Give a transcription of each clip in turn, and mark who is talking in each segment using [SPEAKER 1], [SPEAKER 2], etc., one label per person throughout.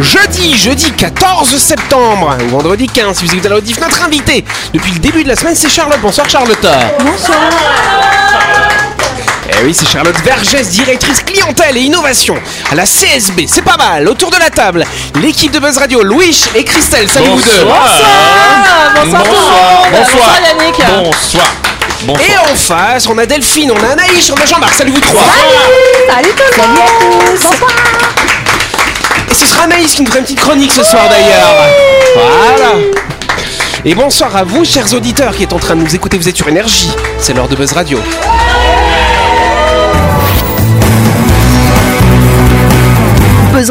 [SPEAKER 1] jeudi, jeudi 14 septembre, ou vendredi 15, si vous écoutez la rediff, notre invité depuis le début de la semaine, c'est Charlotte. Bonsoir Charlotte. Eh oui, c'est Charlotte Vergès, directrice clientèle et innovation à la CSB. C'est pas mal. Autour de la table, l'équipe de Buzz Radio, Louis et Christelle. Salut vous deux.
[SPEAKER 2] Bonsoir tout le monde. Bonsoir Yannick.
[SPEAKER 3] Bonsoir. Bonsoir.
[SPEAKER 1] Et en face, on a Delphine, on a Anaïs, on a Jean-Marc. Salut vous trois.
[SPEAKER 2] Salut tout le monde. Bonsoir.
[SPEAKER 1] Et ce sera Anaïs qui nous fera une petite chronique ce soir d'ailleurs. Voilà. Et bonsoir à vous, chers auditeurs qui êtes en train de nous écouter. Vous êtes sur Énergie. C'est l'heure de Buzz Radio.
[SPEAKER 4] Buzz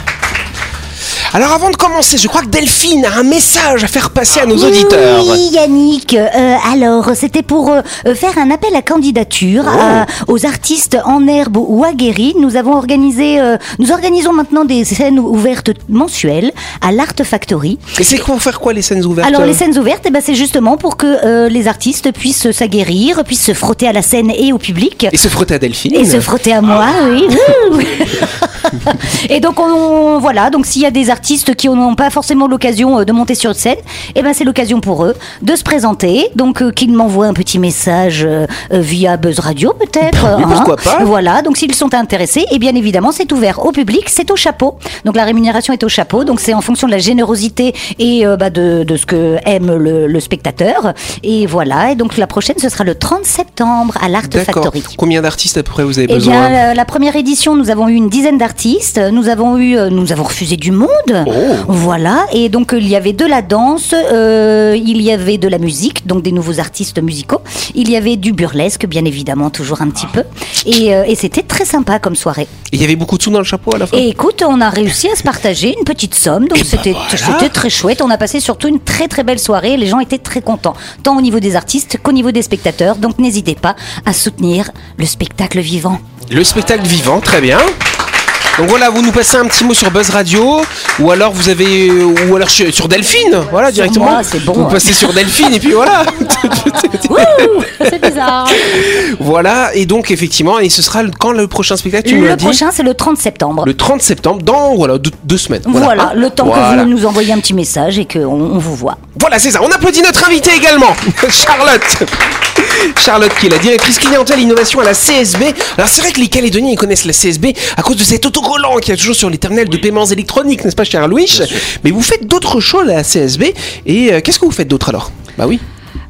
[SPEAKER 1] Alors avant de commencer, je crois que Delphine a un message à faire passer à nos auditeurs.
[SPEAKER 5] Oui, Yannick. Euh, alors, c'était pour euh, euh, faire un appel à candidature à- aux artistes en herbe ou aguerris. Nous avons organisé, euh, nous organisons maintenant des scènes ouvertes mensuelles à l'Art Factory.
[SPEAKER 1] Et c'est pour faire quoi les scènes ouvertes
[SPEAKER 5] Alors, les
[SPEAKER 1] euh
[SPEAKER 5] scènes ouvertes, eh ben, c'est justement pour que euh, les artistes puissent s'aguerrir, puissent se frotter à la scène et au public.
[SPEAKER 1] Et se frotter à Delphine.
[SPEAKER 5] Et se frotter à moi,
[SPEAKER 1] Ah.
[SPEAKER 5] oui. Ouh. et donc on voilà, donc s'il y a des artistes qui n'ont pas forcément l'occasion euh, de monter sur scène, eh ben c'est l'occasion pour eux de se présenter. Donc euh, qu'ils m'envoient un petit message euh, euh, via Buzz Radio peut-être. hein.
[SPEAKER 1] oui, pourquoi pas.
[SPEAKER 5] Voilà, donc s'ils sont intéressés, et bien évidemment c'est ouvert au public, c'est au chapeau. Donc la rémunération est au chapeau, donc c'est en fonction de la générosité et euh, bah, de, de ce que aime le, le spectateur. Et voilà, et donc la prochaine ce sera le 30 septembre à l'Art
[SPEAKER 1] D'accord.
[SPEAKER 5] Factory.
[SPEAKER 1] Combien d'artistes à peu près vous avez
[SPEAKER 5] Eh
[SPEAKER 1] besoin
[SPEAKER 5] bien, la, la première édition, nous avons eu une dizaine d'artistes. Nous avons eu, euh, nous avons refusé du monde. Voilà. Et donc, euh, il y avait de la danse, euh, il y avait de la musique, donc des nouveaux artistes musicaux. Il y avait du burlesque, bien évidemment, toujours un petit peu. Et, euh, et c'était très sympa comme soirée.
[SPEAKER 1] Et Il y avait beaucoup de sous dans le chapeau à la fin.
[SPEAKER 5] Et écoute, on a réussi à se partager une petite somme, donc c'était c'était très chouette. On a passé surtout une très très belle soirée. Les gens étaient très contents, tant au niveau des artistes qu'au niveau des spectateurs. Donc, n'hésitez pas à soutenir le spectacle vivant.
[SPEAKER 1] Le spectacle vivant, très bien. Donc voilà, vous nous passez un petit mot sur Buzz Radio, ou alors vous avez, ou alors sur sur Delphine, voilà directement.
[SPEAKER 5] moi, c'est bon,
[SPEAKER 1] Vous
[SPEAKER 5] hein.
[SPEAKER 1] passez sur Delphine et puis voilà.
[SPEAKER 2] C'est bizarre.
[SPEAKER 1] voilà et donc effectivement et ce sera le- quand le prochain spectacle tu nous
[SPEAKER 5] Le
[SPEAKER 1] l'as dit
[SPEAKER 5] prochain, c'est le 30 septembre.
[SPEAKER 1] le 30 septembre dans voilà deux, deux semaines.
[SPEAKER 5] Voilà, Ah,
[SPEAKER 1] hein.
[SPEAKER 5] le temps
[SPEAKER 1] Voilà.
[SPEAKER 5] que vous nous envoyez un petit message et qu'on on vous voit.
[SPEAKER 1] Voilà, c'est ça. On applaudit notre invitée également, Charlotte. Charlotte qui est la directrice clientèle innovation à la CSB. Alors c'est vrai que les Calédoniens ils connaissent la CSB à cause de cet autocollant qu'il y a toujours sur les terminales de paiements électroniques, n'est-ce pas cher Louis Mais vous faites d'autres choses à la CSB et euh, qu'est-ce que vous faites d'autre alors Bah oui.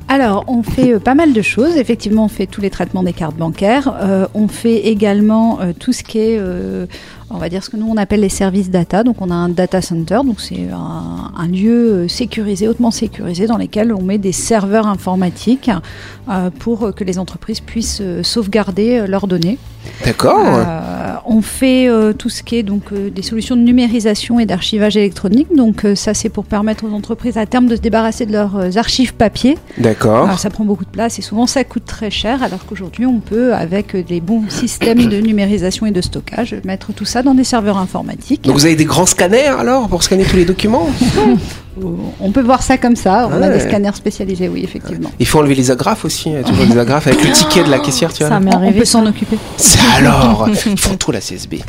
[SPEAKER 6] Alors, on fait euh, pas mal de choses. Effectivement, on fait tous les traitements des cartes bancaires. Euh, on fait également euh, tout ce qui est, euh, on va dire, ce que nous on appelle les services data. Donc, on a un data center. Donc, c'est un, un lieu euh, sécurisé, hautement sécurisé, dans lequel on met des serveurs informatiques euh, pour euh, que les entreprises puissent euh, sauvegarder euh, leurs données.
[SPEAKER 1] D'accord.
[SPEAKER 6] Euh, on fait euh, tout ce qui est donc euh, des solutions de numérisation et d'archivage électronique. Donc, euh, ça, c'est pour permettre aux entreprises à terme de se débarrasser de leurs euh, archives papier.
[SPEAKER 1] D'accord.
[SPEAKER 6] Alors, ça prend beaucoup de place et souvent ça coûte très cher, alors qu'aujourd'hui on peut, avec des bons systèmes de numérisation et de stockage, mettre tout ça dans des serveurs informatiques.
[SPEAKER 1] Donc vous avez des grands scanners alors pour scanner tous les documents
[SPEAKER 6] Euh, On peut voir ça comme ça, on
[SPEAKER 1] Ah
[SPEAKER 6] a
[SPEAKER 1] ouais.
[SPEAKER 6] des scanners spécialisés, oui, effectivement.
[SPEAKER 1] Il faut enlever les agrafes aussi, il y a toujours des agrafes avec le ticket de la caissière, tu vois.
[SPEAKER 2] Ça m'est
[SPEAKER 6] Oh, On- On
[SPEAKER 2] arrivé.
[SPEAKER 6] peut s'en occuper.
[SPEAKER 1] C'est alors, ils font tout la CSB.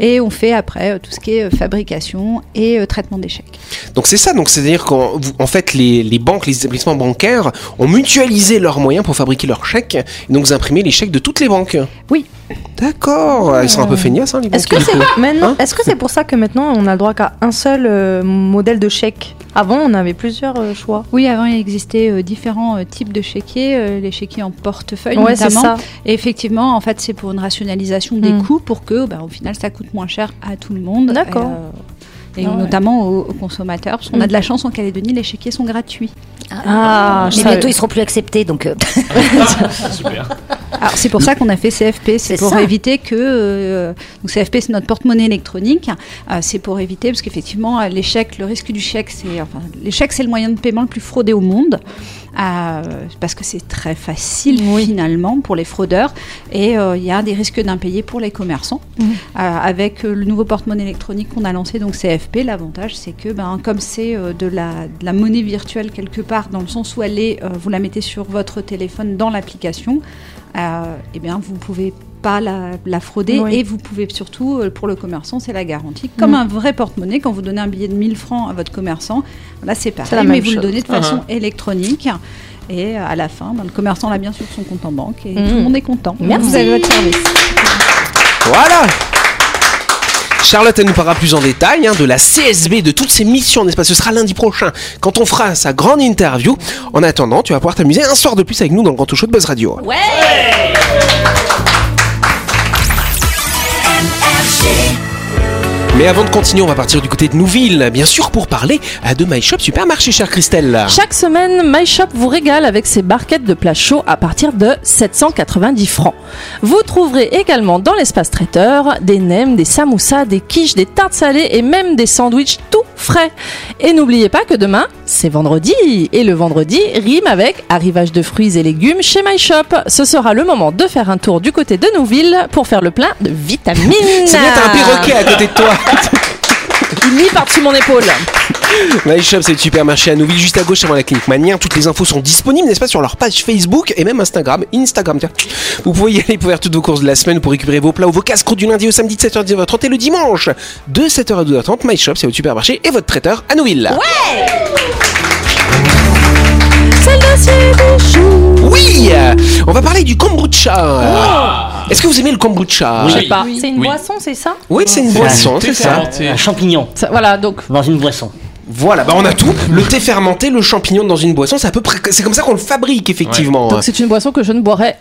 [SPEAKER 6] Et on fait après euh, tout ce qui est euh, fabrication et euh, traitement des chèques.
[SPEAKER 1] Donc c'est ça, donc c'est-à-dire qu'en vous- en fait les, les banques, les établissements bancaires ont mutualisé leurs moyens pour fabriquer leurs chèques, et donc vous imprimez les chèques de toutes les banques.
[SPEAKER 6] Oui.
[SPEAKER 1] D'accord, ils sont un peu feignasse hein, les banques.
[SPEAKER 2] Euh, Est-ce que
[SPEAKER 1] du
[SPEAKER 2] c'est
[SPEAKER 1] coup.
[SPEAKER 2] maintenant
[SPEAKER 1] Hein
[SPEAKER 2] Est-ce que c'est pour ça que maintenant on a le droit qu'à un seul euh, modèle de chèque Avant, on avait plusieurs euh, choix.
[SPEAKER 6] Oui, avant il existait euh, différents euh, types de chéquiers, euh, les chéquiers en portefeuille
[SPEAKER 2] Ouais, c'est
[SPEAKER 6] notamment.
[SPEAKER 2] ça.
[SPEAKER 6] Et effectivement, en fait, c'est pour une rationalisation des
[SPEAKER 2] Mm.
[SPEAKER 6] coûts pour que, ben, au final, ça coûte moins cher à tout le monde.
[SPEAKER 2] D'accord.
[SPEAKER 6] Et, euh, et
[SPEAKER 2] Ah ouais.
[SPEAKER 6] notamment aux, aux consommateurs, parce qu'on a
[SPEAKER 2] Mm.
[SPEAKER 6] de la chance en Calédonie, les chéquiers sont gratuits.
[SPEAKER 2] Ah,
[SPEAKER 5] euh, Mais bientôt, ils seront plus acceptés, donc euh,
[SPEAKER 3] Super.
[SPEAKER 6] Alors, c'est pour ça qu'on a fait CFP,
[SPEAKER 5] C'est
[SPEAKER 6] c'est pour
[SPEAKER 5] ça.
[SPEAKER 6] éviter que. euh, donc CFP, c'est notre porte-monnaie électronique. Euh, c'est pour éviter, parce qu'effectivement, euh, l'échec, le risque du chèque, c'est. Enfin, l'échec, c'est le moyen de paiement le plus fraudé au monde. Euh, parce que c'est très facile finalement pour les fraudeurs et euh, il y a des risques d'impayés pour les commerçants.
[SPEAKER 5] Mhm.
[SPEAKER 6] Euh, avec euh, le nouveau porte-monnaie électronique qu'on a lancé, donc CFP, l'avantage c'est que ben, comme c'est euh, de, la, de la monnaie virtuelle quelque part, dans le sens où elle est, euh, vous la mettez sur votre téléphone dans l'application, euh, eh bien vous pouvez pas la, la frauder
[SPEAKER 2] Oui.
[SPEAKER 6] et vous pouvez surtout, euh, pour le commerçant, c'est la garantie. Comme
[SPEAKER 7] Mm.
[SPEAKER 6] un vrai porte-monnaie, quand vous donnez un billet de 1000 francs à votre commerçant, là c'est pareil,
[SPEAKER 2] C'est la
[SPEAKER 6] mais
[SPEAKER 2] même
[SPEAKER 6] vous le
[SPEAKER 2] chose.
[SPEAKER 6] donnez de façon
[SPEAKER 7] Uh-huh.
[SPEAKER 6] électronique. Et euh, à la fin, ben, le commerçant l'a bien sûr sur son compte en banque et
[SPEAKER 7] Mm.
[SPEAKER 6] tout le monde est content.
[SPEAKER 2] Merci.
[SPEAKER 6] Vous avez votre service.
[SPEAKER 1] Voilà Charlotte, elle nous parlera plus en détail hein, de la CSB, de toutes ses missions, n'est-ce pas Ce sera lundi prochain, quand on fera sa grande interview. En attendant, tu vas pouvoir t'amuser un soir de plus avec nous dans le Grand Show de Buzz Radio. Mais avant de continuer, on va partir du côté de Nouville, bien sûr, pour parler euh, de My Shop Supermarché, chère Christelle.
[SPEAKER 7] Chaque semaine, MyShop vous régale avec ses barquettes de plats chauds à partir de 790 francs. Vous trouverez également dans l'espace traiteur des nems, des samoussas, des quiches, des tartes salées et même des sandwichs tout frais. Et n'oubliez pas que demain, c'est vendredi. Et le vendredi rime avec arrivage de fruits et légumes chez MyShop. Ce sera le moment de faire un tour du côté de Nouville pour faire le plein de vitamines.
[SPEAKER 1] C'est bien, t'as un perroquet à côté de toi.
[SPEAKER 7] Il lit par-dessus mon épaule.
[SPEAKER 1] My Shop, c'est le supermarché à Nouville, juste à gauche avant la clinique Manien. Toutes les infos sont disponibles, n'est-ce pas, sur leur page Facebook et même Instagram. Instagram, tiens. Vous pouvez y aller pour faire toutes vos courses de la semaine, pour récupérer vos plats ou vos casques du lundi au samedi de 7h à 19h30 et le dimanche de 7h à 12h30. My Shop, c'est le supermarché et votre traiteur à Nouville. oui On va parler du kombucha. Est-ce que vous aimez le kombucha
[SPEAKER 7] Je
[SPEAKER 3] Oui.
[SPEAKER 7] sais pas. Bah, C'est une
[SPEAKER 3] Oui.
[SPEAKER 7] boisson, c'est ça
[SPEAKER 1] Oui, c'est une
[SPEAKER 2] Ah,
[SPEAKER 1] boisson, c'est ça.
[SPEAKER 3] C'est
[SPEAKER 8] Un champignon
[SPEAKER 7] Ça- Voilà, donc
[SPEAKER 8] dans une boisson.
[SPEAKER 1] Voilà, bah on a tout. Le thé fermenté, le champignon dans une boisson, c'est à peu près, c'est comme ça qu'on le fabrique effectivement.
[SPEAKER 7] Donc c'est une boisson que je ne boirai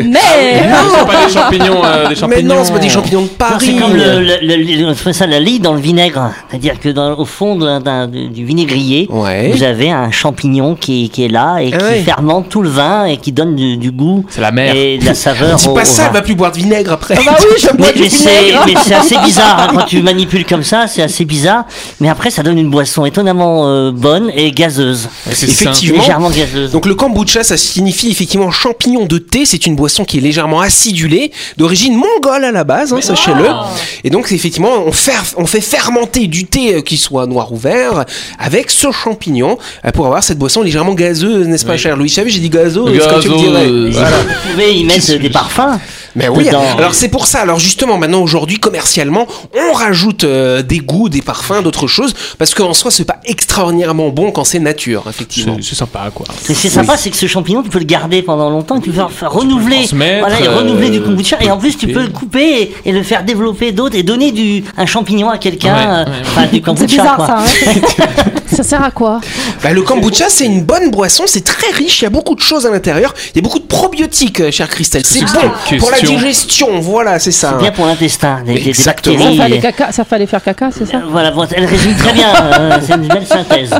[SPEAKER 7] jamais.
[SPEAKER 3] pas des champignons, euh, des
[SPEAKER 1] Mais
[SPEAKER 3] champignons.
[SPEAKER 1] non, c'est pas des champignons de
[SPEAKER 8] Non,
[SPEAKER 1] Paris.
[SPEAKER 8] C'est comme le, le- le- le- on fait ça la lie dans le vinaigre. C'est-à-dire que dans, au fond d'un- d'un- du vinaigrier,
[SPEAKER 1] Ouais.
[SPEAKER 8] vous avez un champignon qui, qui est là et
[SPEAKER 1] Ah
[SPEAKER 8] qui
[SPEAKER 1] ouais.
[SPEAKER 8] fermente tout le vin et qui donne du, du goût
[SPEAKER 3] C'est la mer.
[SPEAKER 8] et de la saveur
[SPEAKER 1] Ah, Dis
[SPEAKER 8] au,
[SPEAKER 1] pas
[SPEAKER 8] au
[SPEAKER 1] ça,
[SPEAKER 8] vin. Ah
[SPEAKER 1] elle va plus boire de vinaigre
[SPEAKER 2] Ah
[SPEAKER 1] après.
[SPEAKER 7] bah oui, je bois
[SPEAKER 8] Mais,
[SPEAKER 7] du
[SPEAKER 8] mais c'est
[SPEAKER 7] vinaigre.
[SPEAKER 8] mais c'est assez bizarre hein, quand tu manipules comme ça, c'est assez bizarre. Mais après, ça donne une boisson étonnamment euh, bonne et gazeuse,
[SPEAKER 3] Et c'est sain.
[SPEAKER 1] Effectivement.
[SPEAKER 8] légèrement gazeuse.
[SPEAKER 1] Donc le kombucha, ça signifie effectivement champignon de thé. C'est une boisson qui est légèrement acidulée, d'origine mongole à la base, hein, sachez-le.
[SPEAKER 8] ah.
[SPEAKER 1] Et donc c'est effectivement, on, fer- on fait fermenter du thé euh, qui soit noir ou vert avec ce champignon euh, pour avoir cette boisson légèrement gazeuse, n'est-ce pas, cher Louis Chavet J'ai dit gazeuse, comme
[SPEAKER 3] euh,
[SPEAKER 1] tu le dirais.
[SPEAKER 3] Gazeuse.
[SPEAKER 1] Voilà.
[SPEAKER 8] Vous pouvez y mettre des parfums.
[SPEAKER 1] Mais oui,
[SPEAKER 8] Dedans.
[SPEAKER 1] alors c'est pour ça. Alors justement, maintenant aujourd'hui commercialement, on rajoute euh, des goûts, des parfums, d'autres choses, parce qu'en soi, c'est pas extraordinairement bon quand c'est nature, effectivement.
[SPEAKER 3] C'est c'est sympa quoi.
[SPEAKER 8] Ce qui est sympa, c'est que ce champignon, tu peux le garder pendant longtemps, tu peux le faire renouveler,
[SPEAKER 3] transmettre,
[SPEAKER 8] voilà, et
[SPEAKER 3] euh,
[SPEAKER 8] renouveler du kombucha,
[SPEAKER 3] tu peux
[SPEAKER 8] et en plus, tu
[SPEAKER 3] couper.
[SPEAKER 8] peux le couper et, et le faire développer d'autres et donner du, un champignon à quelqu'un,
[SPEAKER 3] Ouais,
[SPEAKER 8] euh,
[SPEAKER 3] ouais, ouais.
[SPEAKER 8] enfin, du kombucha.
[SPEAKER 7] C'est bizarre
[SPEAKER 8] quoi.
[SPEAKER 7] ça. hein. ça sert à quoi
[SPEAKER 1] Bah, le kombucha, c'est une bonne boisson, c'est très riche, il y a beaucoup de choses à l'intérieur, il y a beaucoup de probiotiques, euh, cher Christelle. C'est
[SPEAKER 3] C'est
[SPEAKER 1] bon
[SPEAKER 3] une
[SPEAKER 1] pour la
[SPEAKER 3] question.
[SPEAKER 1] digestion, voilà, c'est ça.
[SPEAKER 8] C'est bien pour l'intestin, des, des- des
[SPEAKER 1] Exactement.
[SPEAKER 7] ça
[SPEAKER 8] bactéries.
[SPEAKER 7] fallait, caca- ça fallait faire caca, c'est
[SPEAKER 8] Euh,
[SPEAKER 7] ça
[SPEAKER 8] Voilà, bon, elle résume très bien, euh, c'est une belle synthèse.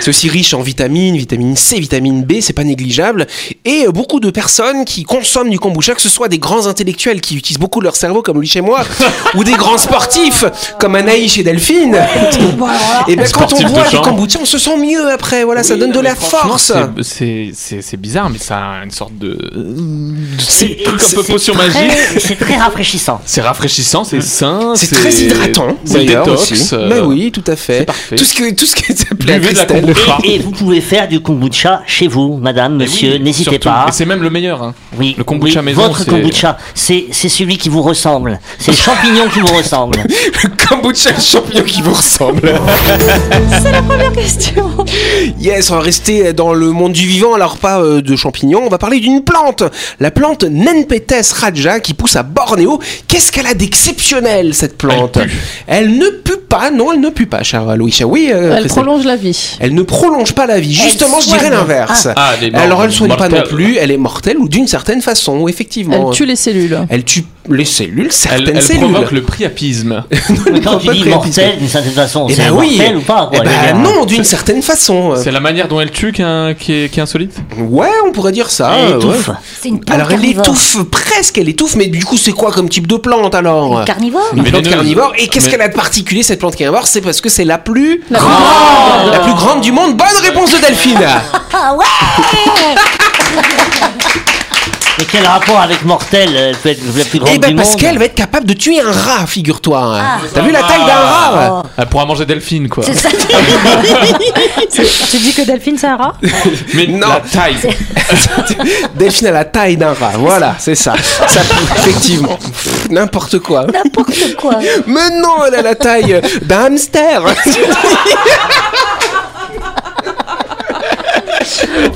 [SPEAKER 1] C'est aussi riche en vitamines, vitamine C, vitamine B, c'est pas négligeable. Et euh, beaucoup de personnes qui consomment du kombucha, que ce soit des grands intellectuels qui utilisent beaucoup leur cerveau, comme lui chez moi, ou des grands sportifs, comme Anaïs et Delphine. et ben
[SPEAKER 3] Un
[SPEAKER 1] quand on
[SPEAKER 3] sportif de
[SPEAKER 1] boit du
[SPEAKER 3] champ.
[SPEAKER 1] kombucha, on se sent mieux après. Voilà, ça donne de la force.
[SPEAKER 3] C'est- C'est c'est- c'est bizarre, mais ça a une sorte de. C'est
[SPEAKER 8] Et-
[SPEAKER 3] truc
[SPEAKER 8] et
[SPEAKER 3] un peu
[SPEAKER 8] c'est
[SPEAKER 3] potion
[SPEAKER 8] très-
[SPEAKER 3] magique.
[SPEAKER 8] C'est très rafraîchissant.
[SPEAKER 3] C'est rafraîchissant, c'est sain.
[SPEAKER 1] C'est très hydratant,
[SPEAKER 3] C'est
[SPEAKER 1] d'ailleurs
[SPEAKER 3] détox.
[SPEAKER 1] aussi.
[SPEAKER 3] euh,
[SPEAKER 1] Mais oui, tout à fait.
[SPEAKER 3] c'est parfait.
[SPEAKER 1] Tout ce que tout ce que ça plaît à
[SPEAKER 3] Buvez de la
[SPEAKER 1] Christelle.
[SPEAKER 3] kombucha.
[SPEAKER 8] Et, et vous pouvez faire du kombucha chez vous, madame,
[SPEAKER 3] Mais
[SPEAKER 8] monsieur,
[SPEAKER 3] oui,
[SPEAKER 8] n'hésitez
[SPEAKER 3] surtout.
[SPEAKER 8] pas.
[SPEAKER 3] Et c'est même le meilleur. hein.
[SPEAKER 8] Oui,
[SPEAKER 3] Le kombucha
[SPEAKER 8] oui,
[SPEAKER 3] maison,
[SPEAKER 8] votre
[SPEAKER 3] c'est-
[SPEAKER 8] kombucha, c'est c'est celui qui vous ressemble. C'est le champignon qui vous ressemble.
[SPEAKER 1] kombucha champignon qui vous ressemble.
[SPEAKER 2] Question.
[SPEAKER 1] Yes, on va rester dans le monde du vivant, alors pas euh, de champignons. On va parler d'une plante, la plante Nenpetes raja qui pousse à Bornéo. Qu'est-ce qu'elle a d'exceptionnel cette plante
[SPEAKER 3] Elle pue.
[SPEAKER 1] Elle ne pue pas, non, elle ne pue pas, cher Louis. Ah Oui, euh,
[SPEAKER 7] Elle
[SPEAKER 1] Christelle.
[SPEAKER 7] prolonge la vie.
[SPEAKER 1] Elle ne prolonge pas la vie. Justement, je dirais
[SPEAKER 8] soigne.
[SPEAKER 1] l'inverse.
[SPEAKER 3] Ah, elle est
[SPEAKER 1] alors elle soigne pas non
[SPEAKER 3] mortelle.
[SPEAKER 1] plus. Elle est mortelle ou d'une certaine façon, effectivement.
[SPEAKER 7] Elle tue les cellules.
[SPEAKER 1] Elle tue les cellules, certaines
[SPEAKER 3] Elle, elle
[SPEAKER 1] cellules.
[SPEAKER 3] provoque le priapisme.
[SPEAKER 8] Mais quand tu
[SPEAKER 1] pas
[SPEAKER 8] dis
[SPEAKER 1] très
[SPEAKER 8] mortel, d'une certaine façon,
[SPEAKER 1] Eh
[SPEAKER 8] c'est
[SPEAKER 1] ben oui.
[SPEAKER 8] mortel ou pas
[SPEAKER 1] Eh
[SPEAKER 8] quoi,
[SPEAKER 1] ben
[SPEAKER 8] je veux dire.
[SPEAKER 1] non, Non, d'une certaine façon. euh,
[SPEAKER 3] C'est la manière dont elle tue qui est, un- qui est- qui est insolite
[SPEAKER 1] Ouais, on pourrait dire ça.
[SPEAKER 8] Elle
[SPEAKER 1] euh,
[SPEAKER 8] étouffe.
[SPEAKER 1] ouais.
[SPEAKER 5] C'est une plante
[SPEAKER 1] Alors elle
[SPEAKER 5] carnivore.
[SPEAKER 1] étouffe presque, elle étouffe, mais du coup c'est quoi comme type de plante alors
[SPEAKER 5] Une carnivore
[SPEAKER 1] Une
[SPEAKER 3] Mais
[SPEAKER 1] plante
[SPEAKER 3] non,
[SPEAKER 1] carnivore. Et qu'est-ce
[SPEAKER 3] mais-
[SPEAKER 1] qu'elle a de particulier cette plante carnivore C'est parce que c'est la plus
[SPEAKER 7] La plus
[SPEAKER 1] grande,
[SPEAKER 7] grande.
[SPEAKER 1] la plus grande du monde. Bonne réponse de Delphine.
[SPEAKER 5] Ah ouais
[SPEAKER 8] Mais quel rapport avec Mortel euh, Elle peut être la plus grande
[SPEAKER 1] Eh ben
[SPEAKER 8] du
[SPEAKER 1] parce
[SPEAKER 8] monde.
[SPEAKER 1] qu'elle va être capable de tuer un rat, figure-toi.
[SPEAKER 5] Ah.
[SPEAKER 1] T'as vu la taille d'un rat
[SPEAKER 5] Oh,
[SPEAKER 3] Elle pourra manger Delphine, quoi.
[SPEAKER 5] C'est ça.
[SPEAKER 2] Tu dis que Delphine, c'est un rat
[SPEAKER 1] Bah,
[SPEAKER 3] Mais
[SPEAKER 1] Non.
[SPEAKER 3] la taille.
[SPEAKER 1] Delphine a la taille d'un rat. Voilà, c'est ça. ça. Effectivement, Pff, n'importe quoi.
[SPEAKER 5] N'importe quoi.
[SPEAKER 1] Mais non, elle a la taille d'un hamster.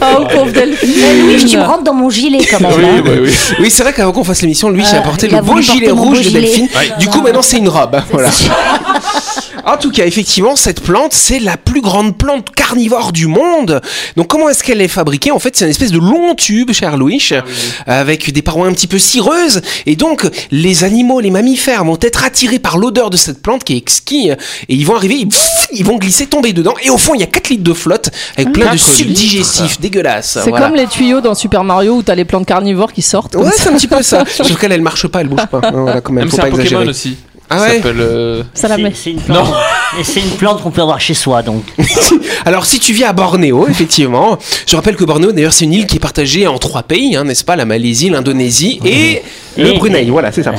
[SPEAKER 7] Oh, pauvre Delphine.
[SPEAKER 5] Eh, Louis, tu me rentres dans mon gilet quand même. hein.
[SPEAKER 3] oui, oui.
[SPEAKER 1] Oui, c'est vrai qu'avant qu'on fasse l'émission, lui, j'ai
[SPEAKER 5] Euh,
[SPEAKER 1] apporté
[SPEAKER 5] il
[SPEAKER 1] le
[SPEAKER 5] a
[SPEAKER 1] beau
[SPEAKER 5] voulu porter
[SPEAKER 1] gilet
[SPEAKER 5] mon beau
[SPEAKER 1] rouge de
[SPEAKER 5] gilet.
[SPEAKER 1] Delphine.
[SPEAKER 5] Ouais.
[SPEAKER 1] Du coup, maintenant, c'est une robe. Voilà. En tout cas, effectivement, cette plante, c'est la plus grande plante carnivore du monde. Donc, comment est-ce qu'elle est fabriquée En fait, c'est une espèce de long tube, cher Louis, avec des parois un petit peu cireuses. Et donc, les animaux, les mammifères vont être attirés par l'odeur de cette plante qui est exquise. Et ils vont arriver, ils, ils vont glisser, tomber dedans. Et au fond, il y a 4 litres de flotte avec plein de
[SPEAKER 3] Quatre
[SPEAKER 1] subdigestifs dégueulasses.
[SPEAKER 7] C'est
[SPEAKER 1] Voilà.
[SPEAKER 7] comme les tuyaux dans Super Mario où t'as les plantes carnivores qui sortent. comme
[SPEAKER 1] Ouais,
[SPEAKER 7] ça.
[SPEAKER 1] c'est un petit peu ça. Sauf qu'elle, elle marche pas, elle bouge pas. Voilà, quand même,
[SPEAKER 3] Même
[SPEAKER 1] faut
[SPEAKER 3] c'est
[SPEAKER 1] pas
[SPEAKER 3] un
[SPEAKER 1] exagérer.
[SPEAKER 3] Pokémon aussi.
[SPEAKER 1] Ah
[SPEAKER 3] Ça
[SPEAKER 1] ouais
[SPEAKER 3] s'appelle, euh,
[SPEAKER 7] Ça la
[SPEAKER 8] C'est-
[SPEAKER 7] met.
[SPEAKER 8] C'est une plante.
[SPEAKER 3] Non.
[SPEAKER 8] Et c'est une plante qu'on peut avoir chez soi donc.
[SPEAKER 1] Alors si tu viens à Bornéo, effectivement, je rappelle que Bornéo, d'ailleurs, c'est une île qui est partagée en trois pays, hein, n'est-ce pas La Malaisie, l'Indonésie et le
[SPEAKER 8] Et-
[SPEAKER 1] Brunei. Voilà, c'est ça.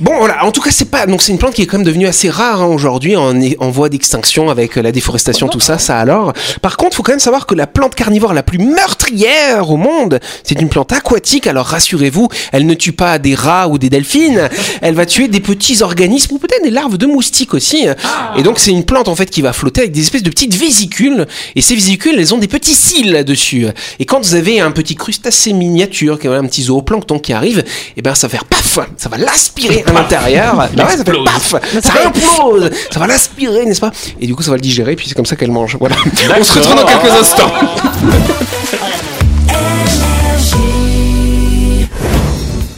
[SPEAKER 1] Bon, voilà. En tout cas, c'est pas. Donc, c'est une plante qui est quand même devenue assez rare hein, aujourd'hui, en, en voie d'extinction avec euh, la déforestation, tout ça. Ça alors. Par contre, faut quand même savoir que la plante carnivore la plus meurtrière au monde, c'est une plante aquatique. Alors, rassurez-vous, elle ne tue pas des rats ou des delphines. Elle va tuer des petits organismes ou peut-être des larves de moustiques aussi. hein. Et donc, c'est une plante en fait qui va flotter avec des espèces de petites vésicules. Et ces vésicules, elles ont des petits cils dessus. Et quand vous avez un petit crustacé miniature, qui est un petit zooplancton qui arrive, et ben ça va faire paf, ça va l'aspirer à l'intérieur. Bah ouais, ça fait paf, ça implose, ça va l'aspirer, n'est-ce pas Et du coup, ça va le digérer, puis c'est comme ça qu'elle mange. Voilà. On se retrouve dans quelques instants.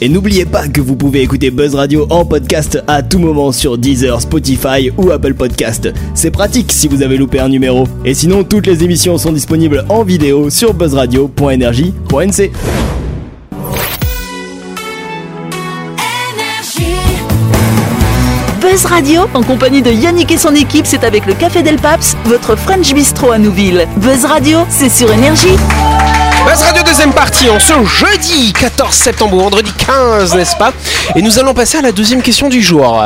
[SPEAKER 9] Et n'oubliez pas que vous pouvez écouter Buzz Radio en podcast à tout moment sur Deezer, Spotify ou Apple Podcast. C'est pratique si vous avez loupé un numéro. Et sinon, toutes les émissions sont disponibles en vidéo sur buzzradio.energie.nc.
[SPEAKER 4] Buzz Radio, en compagnie de Yannick et son équipe, c'est avec le Café Del Paps, votre French Bistro à Nouville. Buzz Radio, c'est sur Énergie.
[SPEAKER 1] Buzz Radio deuxième partie en ce jeudi 14 septembre, ou vendredi 15, n'est-ce pas Et nous allons passer à la deuxième question du jour.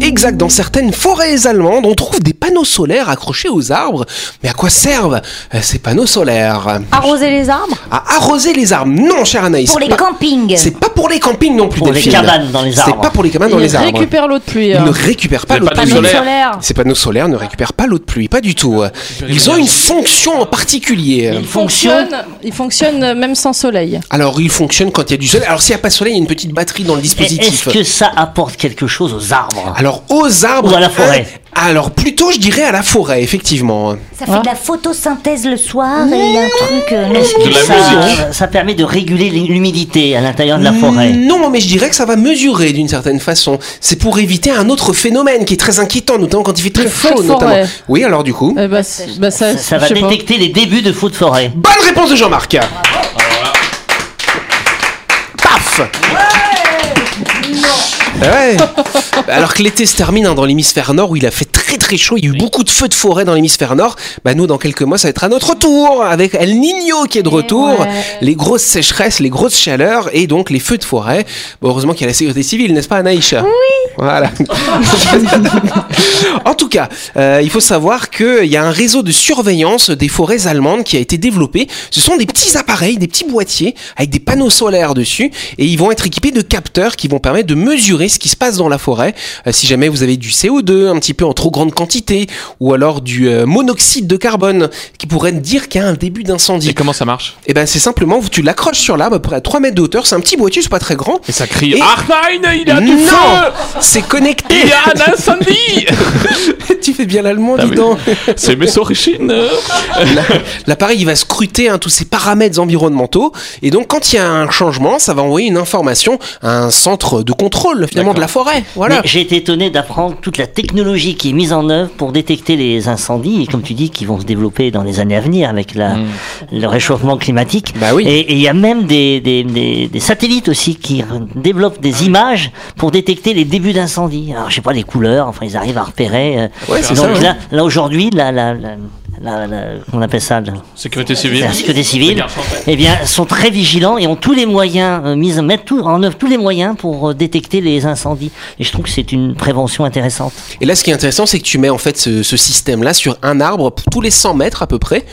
[SPEAKER 1] Exact, dans certaines forêts allemandes, on trouve des panneaux solaires accrochés aux arbres. Mais à quoi servent euh, ces panneaux solaires
[SPEAKER 2] Arroser les arbres
[SPEAKER 1] À arroser les arbres Non, cher Anaïs.
[SPEAKER 5] Pour les
[SPEAKER 1] pas-
[SPEAKER 5] campings.
[SPEAKER 1] C'est pas pour les campings non plus,
[SPEAKER 8] Pour les
[SPEAKER 1] Delphine.
[SPEAKER 8] cabanes dans les arbres.
[SPEAKER 1] C'est pas pour les cabanes dans les
[SPEAKER 7] Il
[SPEAKER 1] arbres.
[SPEAKER 7] récupère l'eau de pluie.
[SPEAKER 1] Ils
[SPEAKER 7] hein.
[SPEAKER 1] ne récupèrent pas
[SPEAKER 3] Les
[SPEAKER 1] l'eau de
[SPEAKER 3] panneaux
[SPEAKER 1] pluie.
[SPEAKER 3] solaires.
[SPEAKER 1] Ah. Ces panneaux solaires ne récupèrent pas l'eau de pluie, pas du tout.
[SPEAKER 8] Ah,
[SPEAKER 1] Ils ont une fonction en particulier.
[SPEAKER 8] Une
[SPEAKER 7] Il fonctionne, il fonctionne même sans soleil.
[SPEAKER 1] Alors, il fonctionne quand il y a du soleil. Alors, s'il n'y a pas de soleil, il y a une petite batterie dans le
[SPEAKER 8] Eh, Est-ce
[SPEAKER 1] dispositif.
[SPEAKER 8] que ça apporte quelque chose aux arbres
[SPEAKER 1] Alors, aux arbres.
[SPEAKER 8] Ou à la forêt.
[SPEAKER 1] euh, Alors, plutôt, je dirais à la forêt, effectivement.
[SPEAKER 5] Ça fait de la photosynthèse le soir et il y a un truc. euh,
[SPEAKER 8] Est-ce que
[SPEAKER 3] De la
[SPEAKER 8] ça,
[SPEAKER 3] musique.
[SPEAKER 8] ça permet de réguler l'humidité à l'intérieur de
[SPEAKER 1] Mmh.
[SPEAKER 8] la forêt
[SPEAKER 1] Mm, Non, mais je dirais que ça va mesurer d'une certaine façon. C'est pour éviter un autre phénomène qui est très inquiétant, notamment quand il fait très
[SPEAKER 7] Le feu
[SPEAKER 1] chaud,
[SPEAKER 7] de
[SPEAKER 1] notamment.
[SPEAKER 7] forêt.
[SPEAKER 1] Oui, alors du coup.
[SPEAKER 7] Eh ben, c'est- ben, ça,
[SPEAKER 8] Ça, ça va
[SPEAKER 7] je sais pas.
[SPEAKER 8] détecter les débuts de feux de forêt.
[SPEAKER 1] Bonne réponse de Jean-Marc. Ah, Paf Ouais. Alors que l'été se termine hein, dans l'hémisphère nord où il a fait très très chaud, il y a eu beaucoup de feux de forêt dans l'hémisphère nord. Bah nous dans quelques mois ça va être à notre tour avec El Niño qui est de retour, les grosses sécheresses, les grosses chaleurs et donc les feux de forêt. Bon, heureusement qu'il y a la sécurité civile, n'est-ce pas Anaïcha Oui. Voilà. En tout cas, euh, il faut savoir qu'il y a un réseau de surveillance des forêts allemandes qui a été développé. Ce sont des petits appareils, des petits boîtiers avec des panneaux solaires dessus et ils vont être équipés de capteurs qui vont permettre de mesurer ce qui se passe dans la forêt. Euh, si jamais vous avez du CO2 un petit peu en trop grande quantité, ou alors du euh, monoxyde de carbone, qui pourrait dire qu'il y a un début d'incendie.
[SPEAKER 3] Et comment ça marche
[SPEAKER 1] Et ben c'est simplement, tu l'accroches sur l'arbre à peu près à 3 mètres de hauteur, c'est un petit boîtier, c'est pas très grand.
[SPEAKER 3] Et ça crie Ah,
[SPEAKER 1] Et-
[SPEAKER 3] Arnein, il a du
[SPEAKER 1] non
[SPEAKER 3] feu
[SPEAKER 1] C'est connecté
[SPEAKER 3] Il y a un incendie
[SPEAKER 1] Tu fais bien l'allemand,
[SPEAKER 3] Ah
[SPEAKER 1] dis
[SPEAKER 3] oui.
[SPEAKER 1] donc
[SPEAKER 3] C'est mes origines
[SPEAKER 1] La- L'appareil, il va scruter hein, tous ces paramètres environnementaux. Et donc, quand il y a un changement, ça va envoyer une information à un centre de contrôle, finalement, de la forêt. Voilà.
[SPEAKER 8] Mais j'ai été étonné d'apprendre toute la technologie qui est mise en œuvre pour détecter les incendies, et comme tu dis, qui vont se développer dans les années à venir avec la, le réchauffement climatique.
[SPEAKER 1] Mm. Bah oui.
[SPEAKER 8] Et et il y a même des, des, des- des satellites aussi qui re- développent
[SPEAKER 1] Ah
[SPEAKER 8] des images pour détecter les débuts d'incendie. Alors, je sais pas, les couleurs, enfin, ils arrivent à repérer. euh.
[SPEAKER 1] Ouais, c'est
[SPEAKER 8] Donc
[SPEAKER 1] ça, hein. ouais.
[SPEAKER 8] là, là aujourd'hui, la, la, la, la- la- on appelle ça la-
[SPEAKER 3] Sécurité
[SPEAKER 8] la
[SPEAKER 3] civile.
[SPEAKER 8] sécurité civile, eh bien, sont très vigilants et ont tous les moyens, euh, mis, mettent tout, en œuvre tous les moyens pour euh, détecter les incendies. Et je trouve que c'est une prévention intéressante.
[SPEAKER 1] Et là, ce qui est intéressant, c'est que tu mets en fait ce, ce système-là sur un arbre p- tous les 100 mètres à peu près.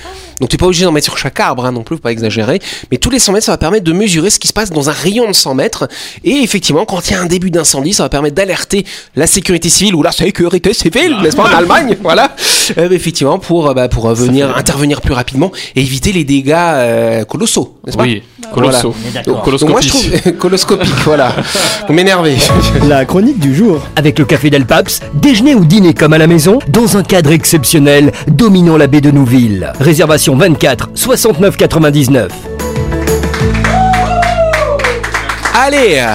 [SPEAKER 1] Donc, tu n'es pas obligé d'en mettre sur chaque arbre hein, non plus, faut pas exagérer. Mais tous les 100 mètres, ça va permettre de mesurer ce qui se passe dans un rayon de 100 mètres. Et effectivement, quand il y a un début d'incendie, ça va permettre d'alerter la sécurité civile ou la sécurité civile, n'est-ce pas, en Allemagne Voilà. Euh, effectivement, pour, euh, bah, pour euh, venir intervenir plus rapidement et éviter les dégâts euh, colossaux, n'est-ce pas
[SPEAKER 3] Oui, colosso.
[SPEAKER 8] On est d'accord.
[SPEAKER 1] Donc, moi, je trouve coloscopique, voilà. Vous m'énervez.
[SPEAKER 9] La chronique du jour.
[SPEAKER 10] Avec le café Del Paps, déjeuner ou dîner comme à la maison, dans un cadre exceptionnel dominant la baie de Nouville. Réservation 24 69 99.
[SPEAKER 1] Allez euh,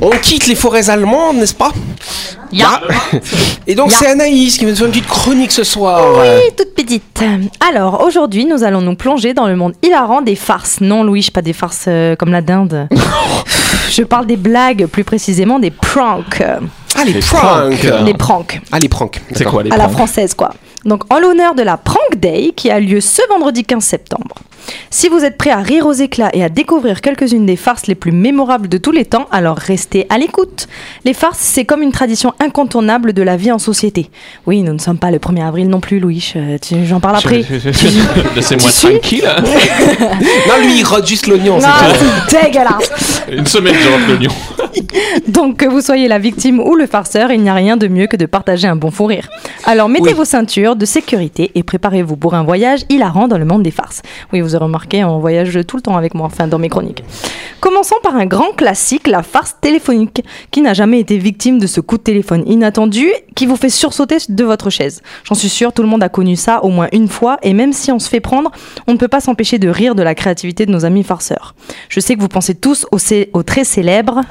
[SPEAKER 1] On quitte les forêts allemandes, n'est-ce pas
[SPEAKER 7] Ya.
[SPEAKER 1] Bah. Et donc c'est Anaïs qui va nous faire une petite chronique ce soir.
[SPEAKER 7] Oui, toute petite. Alors, aujourd'hui, nous allons nous plonger dans le monde hilarant des farces. Non, Louis, pas des farces euh, comme la dinde. Je parle des blagues, plus précisément des pranks. euh,
[SPEAKER 1] Ah les,
[SPEAKER 3] Les
[SPEAKER 1] pranks.
[SPEAKER 3] pranks.
[SPEAKER 7] Les pranks.
[SPEAKER 1] Ah les pranks.
[SPEAKER 3] C'est quoi les
[SPEAKER 7] à la
[SPEAKER 3] pranks
[SPEAKER 7] française, quoi. Donc, en l'honneur de la Prank Day qui a lieu ce vendredi 15 septembre. Si vous êtes prêt à rire aux éclats et à découvrir quelques-unes des farces les plus mémorables de tous les temps, alors restez à l'écoute. Les farces, c'est comme une tradition incontournable de la vie en société. Oui, nous ne sommes pas le 1er avril non plus, Louis. euh, tu- J'en parle après.
[SPEAKER 3] Laissez-moi
[SPEAKER 7] Tu suis
[SPEAKER 3] tranquille. hein.
[SPEAKER 1] Non lui il rote juste l'oignon. c'est
[SPEAKER 7] Ah,
[SPEAKER 1] tout.
[SPEAKER 7] c'est dégueulasse.
[SPEAKER 3] Une semaine, je rentre l'oignon.
[SPEAKER 7] Donc, que vous soyez la victime ou le farceur, il n'y a rien de mieux que de partager un bon fou rire. Alors, mettez
[SPEAKER 1] Oui.
[SPEAKER 7] vos ceintures de sécurité et préparez-vous pour un voyage hilarant dans le monde des farces. Oui, vous avez remarqué, on voyage tout le temps avec moi, enfin, dans mes chroniques. Commençons par un grand classique, la farce téléphonique. Qui n'a jamais été victime de ce coup de téléphone inattendu qui vous fait sursauter de votre chaise J'en suis sûre, tout le monde a connu ça au moins une fois, et même si on se fait prendre, on ne peut pas s'empêcher de rire de la créativité de nos amis farceurs. Je sais que vous pensez tous au, cé- au très célèbre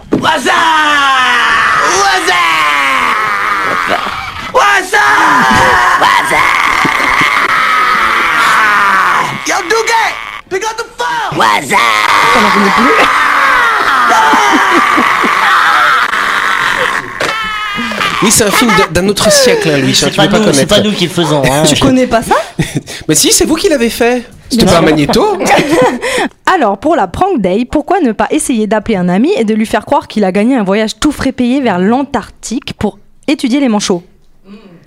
[SPEAKER 1] Oui c'est un film d'un- d'un autre siècle hein, Louis. hein,
[SPEAKER 8] C'est
[SPEAKER 1] tu
[SPEAKER 8] pas,
[SPEAKER 1] veux pas
[SPEAKER 8] nous- c'est
[SPEAKER 1] connaître.
[SPEAKER 8] pas nous qui le faisons. hein.
[SPEAKER 7] Tu connais pas ça
[SPEAKER 1] Mais si c'est vous qui l'avez fait. C'était pas un magnéto
[SPEAKER 7] Alors, pour la prank day, pourquoi ne pas essayer d'appeler un ami et de lui faire croire qu'il a gagné un voyage tout frais payé vers l'Antarctique pour étudier les manchots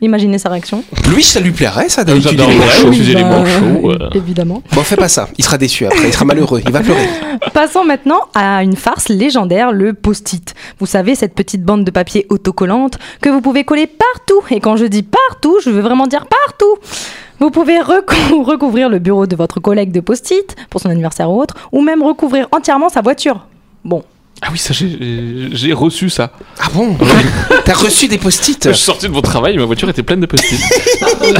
[SPEAKER 7] Imaginez sa réaction. bah,
[SPEAKER 1] Lui ça lui plairait ça d'habitude.
[SPEAKER 3] J'adore
[SPEAKER 1] il est
[SPEAKER 3] le
[SPEAKER 1] manchot.
[SPEAKER 3] manchot. étudier les manchots. euh.
[SPEAKER 7] Évidemment.
[SPEAKER 1] Bon fais pas ça. Il sera déçu après. Il sera malheureux. Il va pleurer.
[SPEAKER 7] Passons maintenant à une farce légendaire, le post-it. Vous savez, cette petite bande de papier autocollante que vous pouvez coller partout. Et quand je dis partout, je veux vraiment dire partout. Vous pouvez recou- recouvrir le bureau de votre collègue de post-it pour son anniversaire ou autre, ou même recouvrir entièrement sa voiture. Bon,
[SPEAKER 3] Ah oui, ça, j'ai j'ai reçu ça.
[SPEAKER 1] Ah bon T'as reçu des post-it
[SPEAKER 3] Je suis sorti de mon travail et ma voiture était pleine de post-it.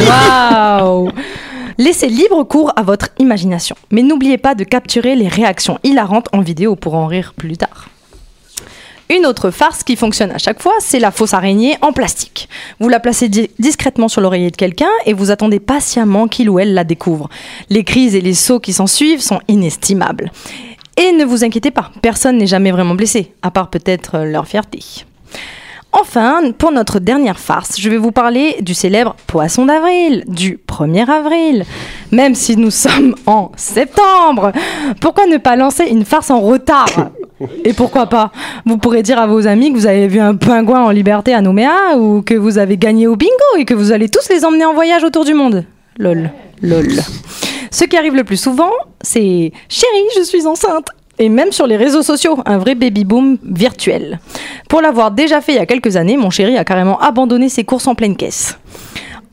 [SPEAKER 7] Waouh Laissez libre cours à votre imagination. Mais n'oubliez pas de capturer les réactions hilarantes en vidéo pour en rire plus tard. Une autre farce qui fonctionne à chaque fois, c'est la fausse araignée en plastique. Vous la placez di- discrètement sur l'oreiller de quelqu'un et vous attendez patiemment qu'il ou elle la découvre. Les crises et les sauts qui s'en suivent sont inestimables. Et ne vous inquiétez pas, personne n'est jamais vraiment blessé, à part peut-être euh, leur fierté. Enfin, pour notre dernière farce, je vais vous parler du célèbre poisson d'avril, du 1er avril. Même si nous sommes en septembre, pourquoi ne pas lancer une farce en retard Et pourquoi pas Vous pourrez dire à vos amis que vous avez vu un pingouin en liberté à Nouméa ou que vous avez gagné au bingo et que vous allez tous les emmener en voyage autour du monde. Lol, lol. Ce qui arrive le plus souvent, c'est Chérie, je suis enceinte. et même sur les réseaux sociaux, un vrai baby boom virtuel. Pour l'avoir déjà fait il y a quelques années, mon chéri a carrément abandonné ses courses en pleine caisse.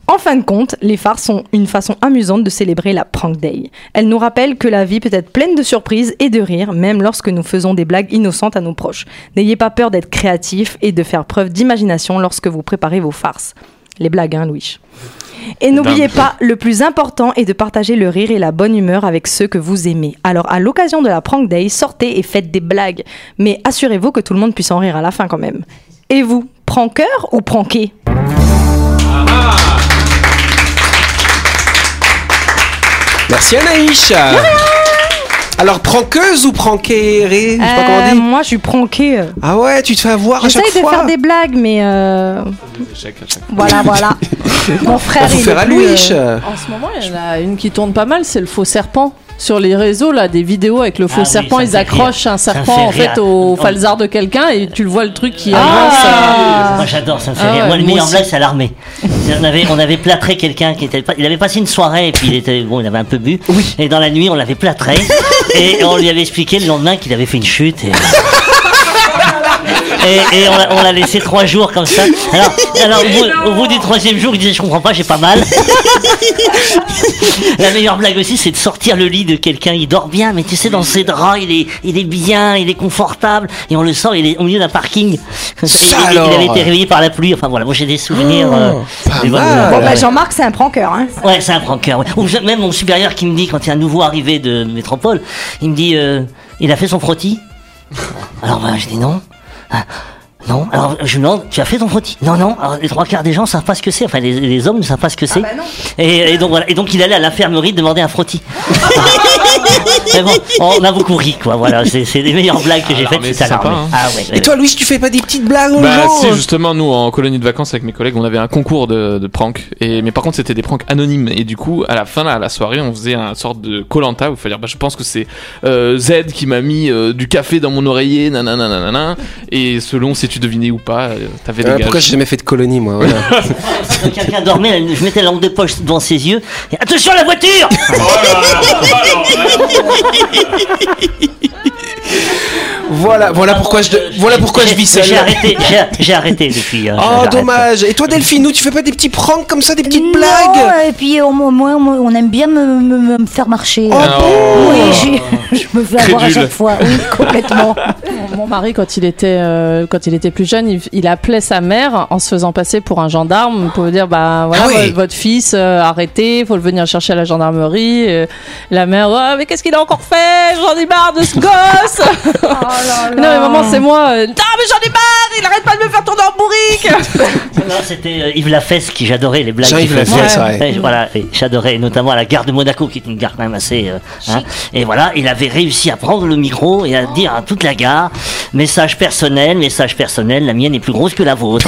[SPEAKER 7] En fin de compte, les phares sont une façon amusante de célébrer la prank day. Elle nous rappelle que la vie peut être pleine de surprises et de rires, même lorsque nous faisons des blagues innocentes à nos proches. N'ayez pas peur d'être créatif et de faire preuve d'imagination lorsque vous préparez vos farces. Les blagues, hein, Louis. Et n'oubliez pas, le plus important est de partager le rire et la bonne humeur avec ceux que vous aimez. Alors, à l'occasion de la prank day, sortez et faites des blagues. Mais assurez-vous que tout le monde puisse en rire à la fin quand même. Et vous, prankeur ou pranké
[SPEAKER 1] Merci Anaïs. Alors, pranqueuse ou pranquée Je sais pas comment on
[SPEAKER 7] Euh,
[SPEAKER 1] dit.
[SPEAKER 7] Moi, je suis pranké. euh.
[SPEAKER 1] Ah ouais, tu te fais avoir à chaque
[SPEAKER 7] J'essaye de
[SPEAKER 1] fois.
[SPEAKER 7] faire des blagues, mais euh, voilà, voilà. Mon frère,
[SPEAKER 1] On vous
[SPEAKER 7] il
[SPEAKER 1] fera
[SPEAKER 7] est plus,
[SPEAKER 1] Louis.
[SPEAKER 7] euh,
[SPEAKER 11] En ce moment, Ah, il y en a une qui tourne pas mal, c'est le faux serpent. Sur les réseaux, là, des vidéos avec le faux
[SPEAKER 8] Ah oui,
[SPEAKER 11] serpent,
[SPEAKER 8] ça me
[SPEAKER 11] ils
[SPEAKER 8] fait
[SPEAKER 11] accrochent
[SPEAKER 8] rire.
[SPEAKER 11] un
[SPEAKER 8] Ça me
[SPEAKER 11] serpent en
[SPEAKER 8] fait rire.
[SPEAKER 11] fait au
[SPEAKER 8] Oh.
[SPEAKER 11] falzar de quelqu'un et tu le vois le truc
[SPEAKER 1] Ah,
[SPEAKER 11] qui avance.
[SPEAKER 8] Moi j'adore, ça me fait
[SPEAKER 11] Ah
[SPEAKER 8] rire.
[SPEAKER 11] ouais,
[SPEAKER 8] moi, le
[SPEAKER 11] moi
[SPEAKER 8] meilleur
[SPEAKER 11] aussi.
[SPEAKER 8] blague, c'est à l'armée. On avait, on avait plâtré quelqu'un qui était. Il avait passé une soirée et puis il était. Bon, il avait un peu bu. Et dans la nuit, on l'avait plâtré. et on lui avait expliqué le lendemain qu'il avait fait une chute. Et... Et, et on l'a- on l'a laissé trois jours comme ça. Alors, alors, au, bout, au bout du troisième jour, il disait Je comprends pas, j'ai pas mal. La meilleure blague aussi, c'est de sortir le lit de quelqu'un. Il dort bien, mais tu sais, dans ses draps, il est, il est bien, il est confortable. Et on le sort, il est au milieu d'un parking. Comme ça, il-
[SPEAKER 1] Ça
[SPEAKER 8] il, il
[SPEAKER 1] alors. Oh,
[SPEAKER 8] avait été réveillé par la pluie. Enfin voilà, moi j'ai des souvenirs. euh, des bonnes-
[SPEAKER 1] mal.
[SPEAKER 8] voilà,
[SPEAKER 7] Bon, bah,
[SPEAKER 8] ouais.
[SPEAKER 7] Jean-Marc, c'est un pranker. Hein.
[SPEAKER 8] Ouais, c'est un pranker. ouais. Ou je- même mon supérieur qui me dit, quand il y a un nouveau arrivé de métropole, il me dit euh, Il a fait son frottis Alors bah, je dis non. Ah, Non, alors je lui demande, tu as fait ton frottis Non, non, alors, les trois quarts des gens savent pas ce que c'est, enfin les, les hommes ne savent pas
[SPEAKER 1] Ah
[SPEAKER 8] ce que c'est.
[SPEAKER 1] bah
[SPEAKER 8] et, et donc voilà, et donc il allait à l'infirmerie demander un frottis. Mais bon, on a beaucoup ri quoi, voilà, c'est c'est les meilleures blagues que j'ai faites
[SPEAKER 3] Alors, Ah mais
[SPEAKER 8] tout à
[SPEAKER 3] c'est sympa,
[SPEAKER 8] l'armée.
[SPEAKER 3] hein.
[SPEAKER 8] Ah ouais, ouais,
[SPEAKER 1] Et toi, Louis, tu fais pas des petites blagues aux
[SPEAKER 3] Bah
[SPEAKER 1] gens
[SPEAKER 3] si justement nous en colonie de vacances avec mes collègues on avait un concours de, de pranks et mais par contre c'était des pranks anonymes et du coup à la fin à la soirée on faisait un sorte de colanta où il fallait dire bah je pense que c'est euh, Z qui m'a mis euh, du café dans mon oreiller nanana nanana et selon si tu devinais ou pas euh, t'avais des
[SPEAKER 1] Ah,
[SPEAKER 3] gages.
[SPEAKER 1] Pourquoi j'ai jamais fait de colonie, moi voilà.
[SPEAKER 8] Quand quelqu'un dormait, je mettais la langue de poche devant ses yeux. Et, Attention à la voiture
[SPEAKER 1] voilà, voilà pourquoi je, voilà pourquoi je vis seul.
[SPEAKER 8] Euh, J'ai arrêté, j'ai- j'ai arrêté depuis. euh,
[SPEAKER 1] Oh
[SPEAKER 8] j'arrête.
[SPEAKER 1] dommage. Et toi Delphine, nous tu fais pas des petits pranks comme ça, des petites
[SPEAKER 5] Non,
[SPEAKER 1] blagues
[SPEAKER 5] euh, et puis on, moi, moi, on aime bien me, me- me faire marcher.
[SPEAKER 1] Oh,
[SPEAKER 3] bon
[SPEAKER 5] oui, j'ai- je me fais avoir à
[SPEAKER 3] Crédule.
[SPEAKER 5] chaque fois. Oui, complètement.
[SPEAKER 11] Mon- Mon mari, quand il était, euh, quand il était plus jeune, il, il appelait sa mère en se faisant passer pour un gendarme pour lui dire bah voilà
[SPEAKER 1] Ah ouais.
[SPEAKER 11] vo- votre fils euh, arrêté, faut le venir chercher à la gendarmerie. Euh, la mère ouais, mais qu'est-ce qu'il a encore fait J'en ai marre de ce gosse.
[SPEAKER 7] Oh
[SPEAKER 11] non mais maman c'est moi. Euh, non mais j'en ai marre, il arrête pas de me faire tourner en bourrique.
[SPEAKER 8] Non, C'était euh, Yves Lafesse qui j'adorais les blagues.
[SPEAKER 1] Jean-Yves
[SPEAKER 8] qu'il faisait.
[SPEAKER 1] Lafesse, ouais.
[SPEAKER 8] Et voilà, et j'adorais notamment à la gare de Monaco qui est une gare quand même assez. euh, hein. et voilà, il avait réussi à prendre le micro et à dire à toute la gare message personnel, message personnel, la mienne est plus grosse que la vôtre.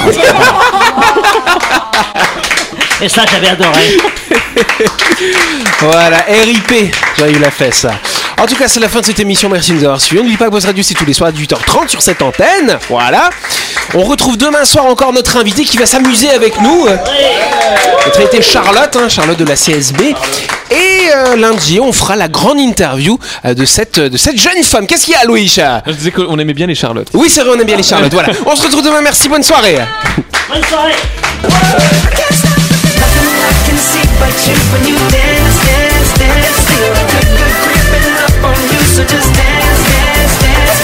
[SPEAKER 8] et ça j'avais adoré.
[SPEAKER 1] Voilà, RIP, j'ai eu la fesse. En tout cas, c'est la fin de cette émission. Merci de nous avoir suivis. On N'oublie pas que Boss Radio, c'est tous les soirs à 18h30 sur cette antenne. Voilà. On retrouve demain soir encore notre invité qui va s'amuser avec nous. Notre invité Charlotte, hein, Charlotte de la CSB. Et euh, lundi, on fera la grande interview euh, de cette, de cette jeune femme. Qu'est-ce qu'il y a, Louis
[SPEAKER 3] Je disais qu'on aimait bien les Charlottes.
[SPEAKER 1] Oui, c'est vrai, on aime bien les Charlottes. Voilà. On se retrouve demain. Merci, bonne soirée.
[SPEAKER 8] Bonne soirée.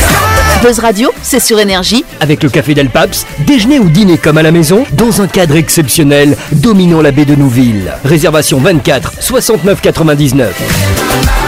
[SPEAKER 4] Ah, Buzz Radio, c'est sur énergie.
[SPEAKER 10] Avec le café Del Paps, déjeuner ou dîner comme à la maison, dans un cadre exceptionnel dominant la baie de Nouville. Réservation 24 69 99.